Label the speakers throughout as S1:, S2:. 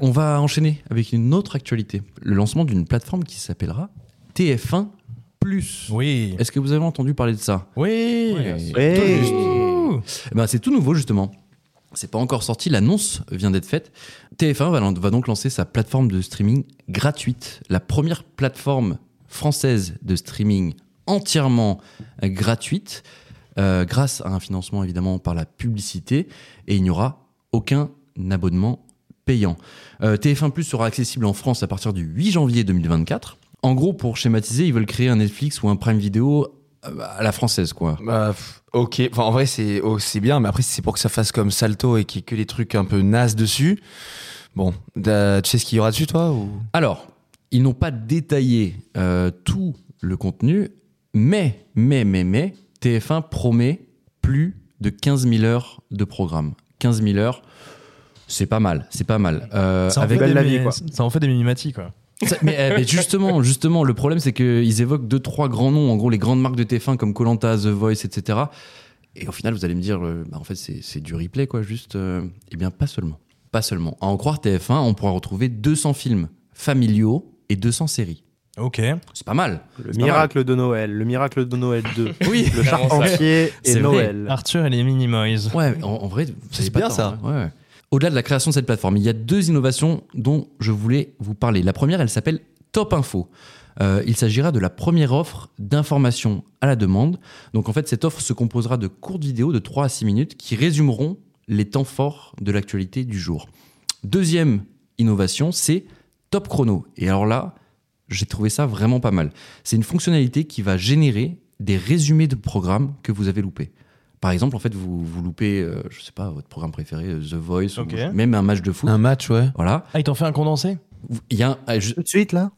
S1: On va enchaîner avec une autre actualité. Le lancement d'une plateforme qui s'appellera TF1 Plus.
S2: Oui.
S1: Est-ce que vous avez entendu parler de ça
S2: Oui.
S1: Tout juste. Eh ben, C'est tout nouveau justement. C'est pas encore sorti, l'annonce vient d'être faite. TF1 va, lan- va donc lancer sa plateforme de streaming gratuite, la première plateforme française de streaming entièrement euh, gratuite, euh, grâce à un financement évidemment par la publicité, et il n'y aura aucun abonnement payant. Euh, TF1 Plus sera accessible en France à partir du 8 janvier 2024. En gros, pour schématiser, ils veulent créer un Netflix ou un Prime Video euh, à la française, quoi.
S2: Bah, pff,
S3: Ok, enfin, en vrai c'est oh, c'est bien, mais après si c'est pour que ça fasse comme Salto et qu'il y ait que des trucs un peu nazes dessus. Bon, da- tu sais ce qu'il y aura dessus toi ou...
S1: Alors, ils n'ont pas détaillé euh, tout le contenu, mais, mais, mais, mais, TF1 promet plus de 15 000 heures de programme. 15 000 heures, c'est pas mal, c'est pas mal. Euh,
S2: ça en
S1: avec-
S2: fait des
S4: belle la
S2: mi-
S4: vie, quoi.
S2: Ça en fait des mimimati, quoi.
S1: Ça- mais, euh, mais justement, justement, le problème c'est qu'ils évoquent deux, trois grands noms, en gros les grandes marques de TF1 comme Colanta, The Voice, etc. Et au final, vous allez me dire, euh, bah, en fait, c'est c'est du replay, quoi, juste. euh, eh bien, pas seulement. Pas seulement. À en croire TF1, on pourra retrouver 200 films familiaux et 200 séries.
S2: Ok.
S1: C'est pas mal.
S4: Le
S1: pas mal.
S4: miracle de Noël, le miracle de Noël 2.
S1: Oui.
S4: Le charpentier
S1: C'est
S4: et
S1: vrai. Ah,
S4: Noël.
S2: Arthur et les Minimoys.
S1: Ouais, mais en, en vrai, c'est
S3: bien, ça.
S1: hein. Au-delà de la création de cette plateforme, il y a deux innovations dont je voulais vous parler. La première, elle s'appelle Top Info. Euh, il s'agira de la première offre d'information à la demande. Donc en fait, cette offre se composera de courtes vidéos de 3 à 6 minutes qui résumeront les temps forts de l'actualité du jour. Deuxième innovation, c'est Top Chrono. Et alors là, j'ai trouvé ça vraiment pas mal. C'est une fonctionnalité qui va générer des résumés de programmes que vous avez loupés. Par exemple, en fait, vous, vous loupez, euh, je sais pas, votre programme préféré, euh, The Voice,
S2: Ok.
S1: ou même un match de foot.
S3: Un match, ouais.
S1: Voilà.
S2: Ah, ils t'ont fait un condensé
S1: Vous- Il y a un- ah, ju-
S4: Tout de suite, là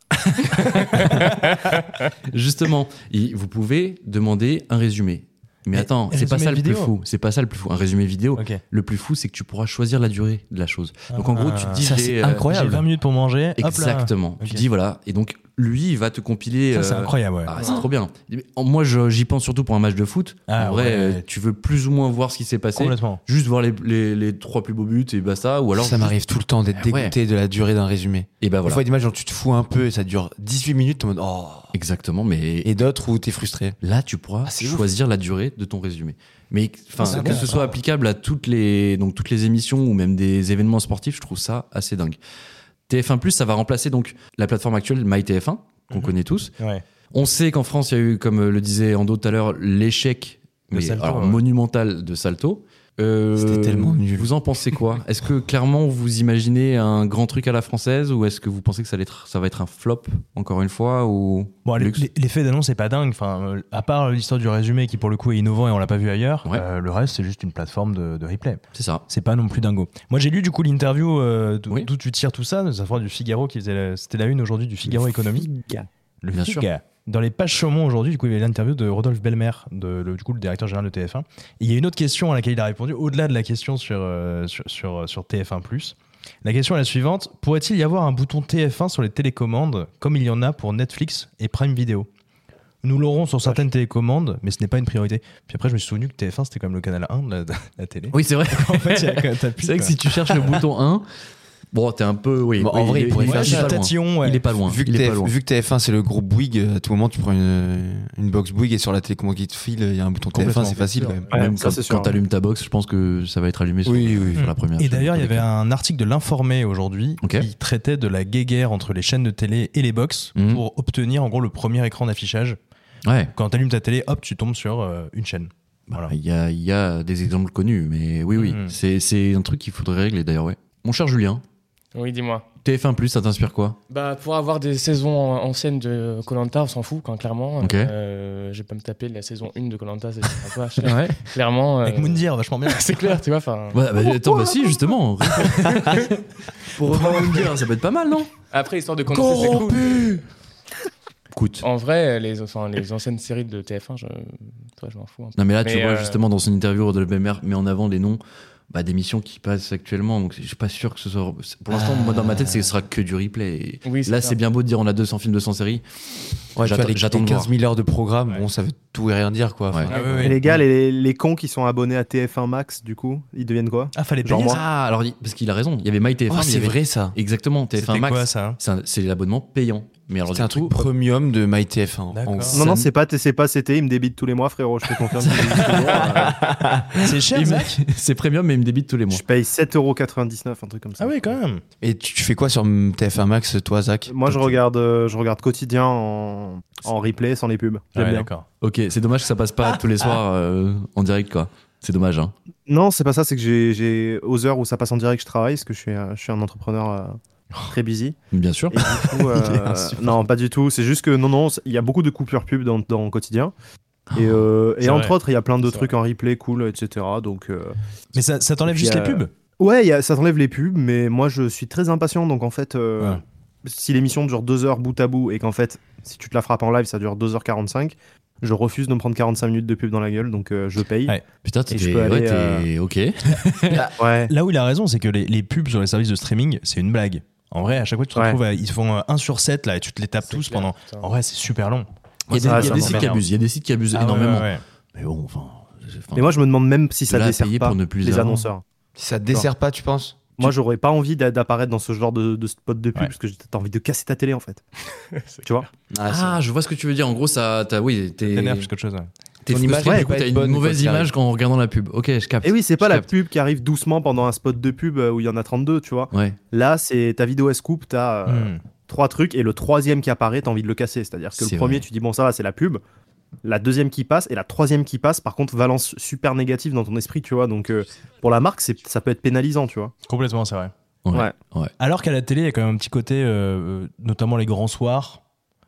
S1: justement, il- vous pouvez demander un résumé. Mais
S3: Eh,
S2: Mais
S1: attends,
S2: un
S1: c'est pas
S2: résumé
S1: ça le plus
S2: vidéo.
S1: fou. C'est pas ça le plus fou. Un résumé vidéo.
S2: Ok.
S1: Le plus fou, c'est que tu pourras choisir la durée de la chose. Donc en gros,
S2: Ah.
S1: tu te dis,
S3: ça,
S1: j'ai,
S3: c'est
S1: euh,
S2: J'ai 20
S3: incroyable.
S2: minutes pour manger. Hop là.
S1: Exactement. Tu
S2: Ok.
S1: dis voilà. Et donc lui, il va te compiler.
S2: Ça, c'est
S1: euh,
S2: incroyable, ouais.
S1: Ah, c'est
S3: Oh.
S1: trop bien. Mais, en- Moi, je- j'y pense surtout pour un match de foot.
S2: Ah,
S1: en vrai,
S2: ouais.
S1: euh, tu veux plus ou moins voir ce qui s'est passé.
S2: Complètement.
S1: Juste voir les, les, les trois plus beaux buts et basta. Ou alors.
S3: ça m'arrive tout le temps d'être
S1: Eh ouais.
S3: dégoûté de la durée d'un résumé.
S1: Et ben
S3: Des
S1: voilà.
S3: fois, il y a des matchs genre tu te fous un peu et ça dure 18 minutes, t'es en mode oh.
S1: Exactement. Mais
S3: Et d'autres où t'es frustré.
S1: là, tu pourras
S3: Ah, c'est ouf.
S1: choisir la durée de ton résumé. Mais enfin,
S2: Ah, c'est
S1: que
S2: bon,
S1: ce
S2: ça.
S1: soit applicable à toutes les, donc, toutes les émissions ou même des événements sportifs, je trouve ça assez dingue. TF1, ça va remplacer donc la plateforme actuelle MyTF1, qu'on
S2: Mhm.
S1: connaît tous.
S2: Ouais.
S1: On sait qu'en France, il y a eu, comme euh, le disait Ando tout à l'heure, l'échec
S2: De
S1: mais
S2: Salto,
S1: alors,
S2: ouais.
S1: monumental de Salto. Euh,
S3: C'était tellement nul.
S1: Vous en pensez quoi Est-ce que clairement vous imaginez un grand truc à la française ou est-ce que vous pensez que ça, allait être- ça va être un flop encore une fois ou
S2: Bon, les-
S1: Luxe.
S2: les- l'effet d'annonce est pas dingue. Enfin, euh, à part l'histoire du résumé qui pour le coup est innovant et on l'a pas vu ailleurs,
S1: Ouais.
S2: euh, le reste c'est juste une plateforme de, de replay.
S1: C'est ça.
S2: C'est pas non plus dingo. Moi j'ai lu du coup l'interview euh, d'o-
S1: Oui.
S2: d'où tu tires tout ça, de savoir du Figaro qui faisait, la- c'était la une aujourd'hui du Figaro Économie. Le
S1: Bien
S2: Figaro. Dans les pages Chaumont aujourd'hui, du coup, il y avait l'interview de Rodolphe Belmer, de, le, du coup, le directeur général de TF1. Et il y a une autre question à laquelle il a répondu, au-delà de la question sur, euh, sur, sur, sur TF1+. La question est la suivante. Pourrait-il y avoir un bouton TF1 sur les télécommandes, comme il y en a pour Netflix et Prime Video Nous l'aurons sur certaines télécommandes, mais ce n'est pas une priorité. Puis après, je me suis souvenu que TF1, c'était quand même le canal 1 de la, de la télé.
S1: Oui, c'est vrai.
S2: en fait, il y a- quand
S1: C'est
S2: t'appuies,
S1: vrai que
S2: quoi.
S1: si tu cherches le bouton 1, bon, t'es un peu. Oui,
S3: Bon, en
S1: oui,
S3: vrai, il
S1: est-
S3: pourrait
S1: est
S3: faire
S2: Ouais,
S1: pas
S2: je
S3: ça.
S1: loin.
S2: tatillon, ouais.
S1: Il est pas loin.
S3: Vu, que
S1: il est
S3: TF
S1: pas loin.
S3: vu que TF1 c'est le groupe Bouygues, à tout moment tu prends une, une box Bouygues et sur la télécommande qui te file, il y a un bouton
S2: Complètement,
S3: TF1, c'est facile
S2: bien
S3: quand
S2: sûr.
S3: même.
S4: Ouais,
S1: Même
S4: ça,
S1: quand,
S4: c'est sûr.
S1: quand t'allumes ta box, je pense que ça va être allumé sur,
S3: Oui, oui.
S1: sur la première.
S2: Et
S1: sur-
S2: d'ailleurs, il y
S1: sur les
S2: avait un article de l'Informé aujourd'hui
S1: Ok.
S2: qui traitait de la guéguerre entre les chaînes de télé et les box
S1: Mhm.
S2: pour obtenir en gros le premier écran d'affichage.
S1: quatre. Ouais.
S2: Quand t'allumes ta télé, hop, tu tombes sur euh, une chaîne. Voilà.
S1: Il y, a, il y a des exemples connus, mais oui, oui.
S2: Mhm.
S1: C'est- C'est un truc qu'il faudrait régler d'ailleurs, ouais. Mon cher Julien,
S5: Oui, dis-moi.
S1: TF1 Plus, ça t'inspire quoi
S5: Bah, pour avoir des saisons an- anciennes de Colanta, on s'en fout, quand, clairement.
S1: Ok.
S5: Euh, je vais pas me taper la saison 1 de Colanta, c'est sympa. clairement. euh,
S2: Avec Moundir, vachement bien.
S5: c'est clair, tu vois. enfin
S1: Ouais, bah, attends, bah si, justement. Pour revoir une guerre, ça peut être pas mal, non
S5: Après, histoire de condenser, c'est cool.
S1: Écoute.
S5: En vrai, les, enfin, les anciennes séries de TF1, je, toi, je m'en fous. un peu.
S1: Non, mais là, tu
S5: Mais,
S1: vois,
S5: euh,
S1: justement, dans son interview, Rodolphe Belmer met en avant les noms bah, d'émissions qui passent actuellement. Donc, je suis pas sûr que ce soit. Pour l'instant,
S3: Ah.
S1: moi, dans ma tête, ce sera que du replay. Et
S5: Oui,
S1: Là,
S5: ça.
S1: c'est bien beau de dire on a 200 films, 200 séries.
S3: Ouais, tu vois,
S1: J'attends-
S3: les-
S1: j'attends
S3: les
S1: de voir.
S3: 15 000 heures de programme,
S2: Ouais.
S3: bon, ça veut tout et rien dire, quoi.
S1: Ouais.
S3: Enfin,
S2: Ah, ouais, ouais.
S4: Et les gars, les, les cons qui sont abonnés à TF1 Max, du coup, ils deviennent quoi
S2: Ah, fallait
S4: Genre
S2: payer
S4: moi.
S2: ça.
S1: Ah, alors, il- parce qu'il a raison. Il y avait
S3: Oh,
S1: MyTF1. mais il y
S3: c'est
S1: avait-
S3: vrai, ça.
S1: Exactement, TF1
S2: C'était quoi,
S1: Max.
S2: ça hein
S1: c'est un- C'est l'abonnement payant. Mais alors,
S3: C'est
S1: du
S3: un truc
S1: coup,
S3: premium de MyTF1. en
S2: D'accord.
S3: gros.
S2: Ça
S4: Non, non, c'est pas, c'est pas CT, ils me débitent tous les mois, frérot, je te confirme. qu'ils me débitent tous les mois,
S2: C'est cher,
S1: euh, il me-
S2: ça
S1: c'est premium, mais il me débite tous les
S4: euh,
S1: mois.
S4: je paye 7,99€, un truc comme ça.
S2: Ah oui, quand même.
S3: Et tu, tu fais quoi sur TF1 Max, toi, Zach
S4: Moi, je
S3: Toi, tu-
S4: regarde, euh, je regarde quotidien en, en replay, sans les pubs. J'aime
S2: Ouais,
S4: bien.
S2: d'accord.
S1: Ok, c'est dommage que ça passe pas tous les soirs euh, en direct, quoi. C'est dommage, hein.
S4: Non, c'est pas ça, c'est que j'ai- j'ai aux heures où ça passe en direct, je travaille, parce que je suis, un- je suis un entrepreneur
S1: Oh.
S4: euh, très busy.
S1: Bien sûr.
S4: Et du coup, euh,
S2: Il est insupportable.
S4: non, pas du tout. C'est juste que non, non, c'est- il y a beaucoup de coupures pub dans, dans quotidien. Et, euh, et
S2: Ah, C'est
S4: entre
S2: vrai.
S4: autres, il y a plein de
S2: C'est
S4: trucs en replay, cool, etc. Donc, euh,
S2: Mais ça, ça t'enlève
S4: Puis,
S2: juste
S4: euh,
S2: les pubs
S4: ouais, il y a- ça t'enlève les pubs, mais moi, je suis très impatient. Donc, en fait, euh,
S2: Ouais.
S4: si l'émission dure 2 heures bout à bout et qu'en fait, si tu te la frappes en live, ça dure 2h45, je refuse de me prendre 45 minutes de pub dans la gueule, donc euh, je paye.
S2: Ouais.
S1: Putain,
S4: Et
S1: t'es
S4: je peux aller,
S1: euh, ouais, t'es- ok.
S4: Ouais.
S2: Là où il a raison, c'est que les, les pubs sur les services de streaming, c'est une blague. En vrai, à chaque fois que tu te
S4: Ouais.
S2: retrouves, à- ils font 1 sur 7 là et tu te les tapes
S5: C'est
S2: tous
S5: clair,
S2: pendant.
S5: putain.
S2: En vrai, c'est super long.
S1: Il y a des,
S4: ça,
S1: il y a
S4: ça
S1: des sites qui
S2: m'emmerde.
S1: abusent, il y a des sites qui abusent
S2: Ah ouais,
S1: énormément.
S2: ouais, ouais.
S1: Mais bon, enfin. c'est- enfin,
S4: Mais moi, je me demande même si
S1: de
S4: ça
S1: là à
S4: dessert
S1: payer
S4: pas
S1: pour ne plus
S4: les
S1: avoir.
S4: annonceurs.
S3: Ça te dessert pas, tu penses
S4: Moi, j'aurais pas envie d'a- d'apparaître dans ce genre de, de spot de pub
S2: Ouais.
S4: parce que j'ai- t'as envie de casser ta télé en fait. tu vois
S1: Ah, je vois ce que tu veux dire. En gros, ça, t'as, oui, t'es,
S2: T'énerves plus qu'autre chose. ouais.
S1: t'es
S3: Ton
S1: frustré,
S3: image, elle
S1: du coup,
S3: peut pas
S1: t'as
S3: être
S1: une
S3: bonne, quoi
S1: mauvaise
S3: qu'il arrive.
S1: image quand en regardant la pub. Ok, je capte.
S4: Et Eh oui, c'est pas
S1: Je
S4: la
S1: capte.
S4: pub qui arrive doucement pendant un spot de pub euh, où il y en a 32, tu vois.
S1: Ouais.
S4: Là, c'est ta vidéo, elle se coupe, t'as euh,
S2: Hmm.
S4: trois trucs et le troisième qui apparaît, t'as envie de le casser. C'est-à-dire que
S1: C'est
S4: le premier,
S1: vrai.
S4: tu dis bon, ça va, c'est la pub. La deuxième qui passe et la troisième qui passe, par contre, valence super négative dans ton esprit, tu vois. Donc, euh, pour la marque, c'est- ça peut être pénalisant, tu vois.
S2: Complètement, c'est vrai.
S1: Ouais.
S4: Ouais.
S2: Alors qu'à la télé, il y a quand même un petit côté, euh, euh, notamment les grands soirs.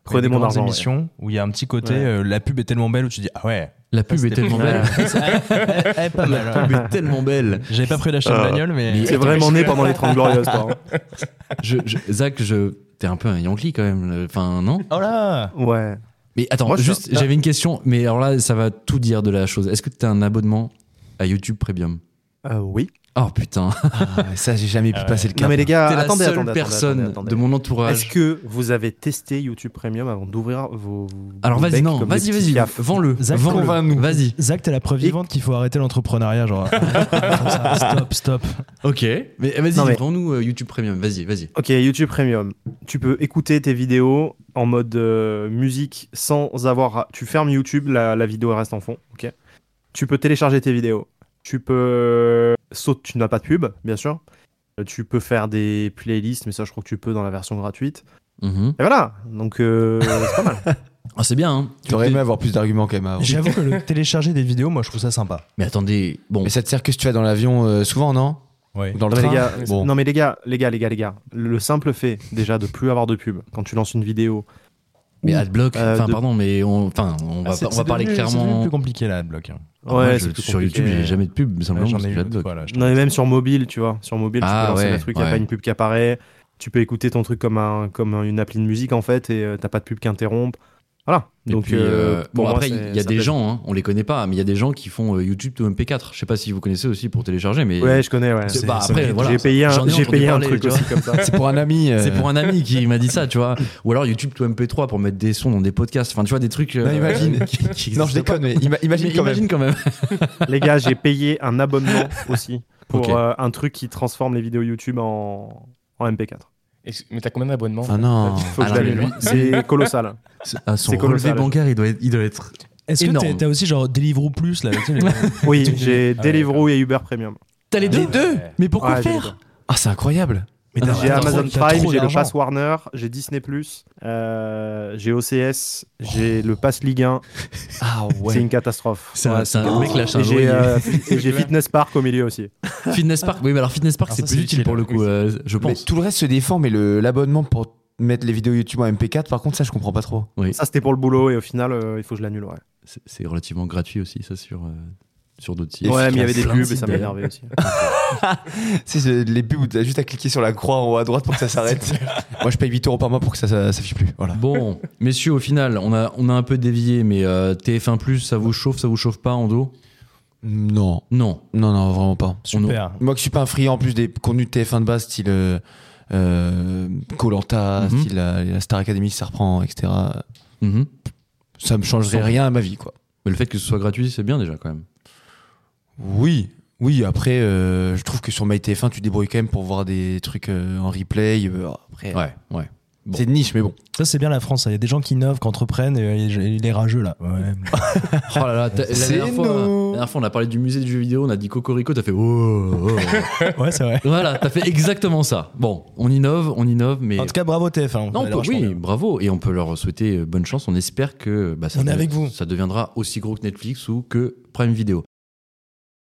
S4: Prenez
S2: les
S4: mon
S2: grandes
S4: argent,
S2: émissions où il y a un petit côté,
S4: Ouais.
S2: euh, la pub est tellement belle où tu dis ah ouais,
S1: La pub est
S2: c'était-
S1: tellement belle.
S2: elle est Eh, pas
S1: La
S2: mal. hein. Ah.
S1: pub est tellement belle.
S2: J'avais pas prévu d'acheter une
S4: Euh,
S2: bagnole, mais
S4: C'est vraiment né pendant les 30 glorieuses, toi, hein.
S1: Je, je- Zach, je, t'es un peu un Yankee quand même. le- Enfin, non
S2: oh là,
S4: Ouais.
S1: Mais attends,
S4: Moi, je suis
S1: juste,
S4: un-
S1: j'avais une question. Mais alors là, ça va tout dire de la chose. Est-ce que t'as un abonnement à YouTube Premium
S4: Euh, oui.
S1: Oh putain.
S3: Ah, ça, j'ai jamais pu
S2: Ah ouais.
S3: passer le
S4: Non
S3: cap.
S4: mais les gars,
S1: T'es la
S4: attendez,
S1: seule
S4: attendez, attendez,
S1: personne
S4: attendez, attendez.
S1: de mon
S4: Est-ce
S1: entourage.
S4: que vous avez testé YouTube Premium avant d'ouvrir vos, vos
S1: Alors
S4: vos
S1: vas-y,
S4: becs
S1: non,
S4: comme des
S1: vas-y,
S4: petits
S1: vas-y,
S4: gaffes
S1: vends-le,
S2: Zach,
S1: vends-le,
S2: convainc-nous.
S1: vas-y.
S2: Zach, t'es la preuve vivante qu'il faut arrêter l'entrepreneuriat, genre. Comme ça, stop, stop.
S1: Ok, mais vas-y,
S4: Non, mais-
S1: vends-nous euh, YouTube Premium, vas-y, vas-y.
S4: Ok, YouTube Premium. Tu peux écouter tes vidéos en mode euh, musique sans avoir. à- Tu fermes YouTube, la, la vidéo reste en fond. Ok. Tu peux télécharger tes vidéos. Tu peux. Saute, tu n'as pas de pub, bien sûr. Euh, Tu peux faire des playlists, mais ça, je crois que tu peux dans la version gratuite.
S1: Mhm.
S4: Et voilà. Donc, euh, c'est pas mal.
S1: Ah, c'est bien, hein.
S3: T'aurais aimé avoir plus d'arguments quand même. avant.
S2: J'avoue que le télécharger des vidéos, moi, je trouve ça sympa.
S1: Mais attendez, bon,
S3: Mais ça te sert que si tu vas dans l'avion euh, souvent, non
S2: Ouais.
S3: Ou Dans le
S4: Non,
S3: train
S4: les gars,
S3: Bon.
S4: Non mais les gars, les gars, les gars, les gars, le simple fait déjà de plus avoir de pub quand tu lances une vidéo.
S1: mais AdBlock,
S4: Euh,
S1: enfin,
S4: de-
S1: pardon, mais on, enfin, on va,
S2: Ah, c'est-
S1: on va
S2: c'est
S1: parler
S2: devenu- C'est devenu
S1: clairement.
S2: plus compliqué là, Adblock. hein.
S1: Ah, moi, je-
S4: c'est plus
S1: sur
S4: compliqué.
S1: YouTube, j'ai jamais de pub, mais
S2: Ouais,
S1: simplement
S2: J'en
S1: parce
S2: ai
S1: que
S2: eu
S1: j'ai
S2: une autre
S1: AdBlock.
S2: fois, là. je
S4: Non mais même sur mobile, tu vois, sur mobile,
S1: Ah,
S4: tu peux lancer
S1: ouais,
S4: un truc, il y a
S1: ouais.
S4: pas une pub qui apparaît. Tu peux écouter ton truc comme un comme un- une appli de musique en fait et euh, t'as pas de pub qui interrompt. Voilà.
S1: Et
S4: Donc
S1: puis,
S4: euh,
S1: euh,
S4: pour
S1: bon,
S4: moi,
S1: après,
S4: c'est-
S1: il y a
S4: ça
S1: des
S4: peut-
S1: gens, hein, on les connaît pas, mais il y a des gens qui font euh, YouTube tout MP4. Je sais pas si vous connaissez aussi pour télécharger, mais.
S4: Ouais, je connais. Ouais.
S1: C'est-
S2: C'est-
S1: bah,
S2: ça
S1: après,
S2: m'étonne.
S1: voilà.
S4: j'ai payé
S1: J'en
S4: un,
S1: ai
S4: j'ai
S1: entendu
S4: payé un
S1: parler,
S4: truc
S1: tu vois.
S4: aussi comme ça.
S3: C'est pour un ami. euh,
S1: C'est pour un ami qui m'a dit ça, tu vois. Ou alors YouTube to MP3 pour mettre des sons dans des podcasts. Enfin, tu vois, des trucs. euh,
S3: Non, Bah, imagine.
S1: qui- qui
S3: Non, je
S1: existent pas.
S3: déconne, mais ima- imagine
S1: Mais
S3: quand même.
S1: imagine quand même.
S4: les gars, j'ai payé un abonnement aussi pour
S1: Ok.
S4: euh, un truc qui transforme les vidéos YouTube en en MP4.
S5: Et- Mais t'as combien d'abonnements
S3: Ah non.
S4: Faut que je
S1: Ah, non,
S4: l'annule.
S1: mais lui-
S4: C'est colossal.
S1: Ah, son
S4: C'est
S1: relevé
S4: colossal.
S1: bancaire, il doit être. Il doit être...
S2: Est-ce que
S1: Énorme.
S2: t'as- t'as aussi genre Deliveroo Plus là tu sais, les-
S4: Oui,
S2: Tu-
S4: j'ai
S2: Ah ouais,
S4: Deliveroo et Uber Premium.
S1: T'as les deux,
S2: Les deux Ouais.
S1: Mais pourquoi
S4: Ouais, j'ai les
S1: faire
S4: deux.
S3: Ah, c'est incroyable.
S2: Mais
S1: Ah,
S2: t'as-
S4: J'ai
S2: t'as
S4: Amazon
S2: trop- t'as
S4: Prime,
S2: trop
S4: j'ai le
S2: d'argent.
S4: Pass Warner, j'ai Disney+, euh, j'ai OCS,
S1: Oh.
S4: j'ai le Pass Ligue 1.
S3: Ah
S4: C'est une catastrophe.
S1: C'est un-
S4: Ouais,
S1: c'est un mec lâche un
S4: Et j'ai
S1: loyer.
S4: euh, et j'ai Fitness Park au milieu aussi.
S1: Fitness Park, oui, mais alors Fitness Park,
S2: Alors
S1: c'est
S2: ça,
S1: plus
S2: c'est
S1: utile
S2: utile,
S1: pour le
S2: oui,
S1: coup,
S2: c'est-
S1: euh, je
S3: Mais
S1: pense.
S3: tout le reste se défend, mais le- l'abonnement pour mettre les vidéos YouTube en MP4, par contre, ça, je comprends pas trop.
S4: Ça, c'était pour le boulot et au final, euh, il faut que je l'annule. Ouais,
S1: C'est- C'est relativement gratuit aussi, ça, sur, euh, sur d'autres sites.
S4: ouais mais il y avait des
S1: Plein de
S4: pubs et
S1: sites,
S4: ça
S1: d'ailleurs.
S4: m'énervait aussi.
S3: C'est c'est les pubs où t'as juste à cliquer sur la croix en haut à droite pour que ça s'arrête. Moi, je paye 8 euros par mois pour que ça ça- ça s'affiche plus. Voilà.
S1: Bon, messieurs, au final, on a, on a un peu dévié, mais euh, TF1, ça vous chauffe, ça vous chauffe pas en dos
S3: Non.
S1: Non.
S3: Non, non, vraiment pas.
S2: Super.
S3: Moi qui suis pas un friand en plus des contenus de TF1 de base, style Colanta, euh, Koh-Lanta,
S1: Mhm.
S3: style la, la Star Academy, ça reprend, etc.
S1: Mhm.
S3: Ça me changerait
S1: Sans-
S3: rien à ma vie, quoi.
S1: Mais le fait que ce soit gratuit, c'est bien déjà quand même.
S3: Oui, oui. Après, euh, je trouve que sur MyTF1, tu te débrouilles quand même pour voir des trucs euh, en replay. euh,
S2: Eh.
S3: après,
S1: Ouais, ouais. bon.
S3: c'est de niche, mais bon.
S2: Ça, c'est bien la France. Il y a des gens qui innovent, qui entreprennent, et, et- et les rageux, là. Ouais.
S1: Oh là là, t'as- la
S3: C'est
S1: dernière, fois,
S3: nous.
S1: la dernière fois, on a parlé du musée du jeu vidéo, on a dit Cocorico, t'as fait oh, oh, oh.
S2: Ouais, c'est vrai.
S1: Voilà, t'as fait exactement ça. Bon, on innove, on innove, mais.
S2: En tout cas, bravo hein. TF1.
S1: Non, on
S2: Elle est
S1: peut-
S2: vachement
S1: oui,
S2: bien.
S1: bravo. Et on peut leur souhaiter euh, bonne chance. On espère que bah, ça,
S2: On est
S1: dev-
S2: avec vous.
S1: ça deviendra aussi gros que Netflix ou que Prime Video.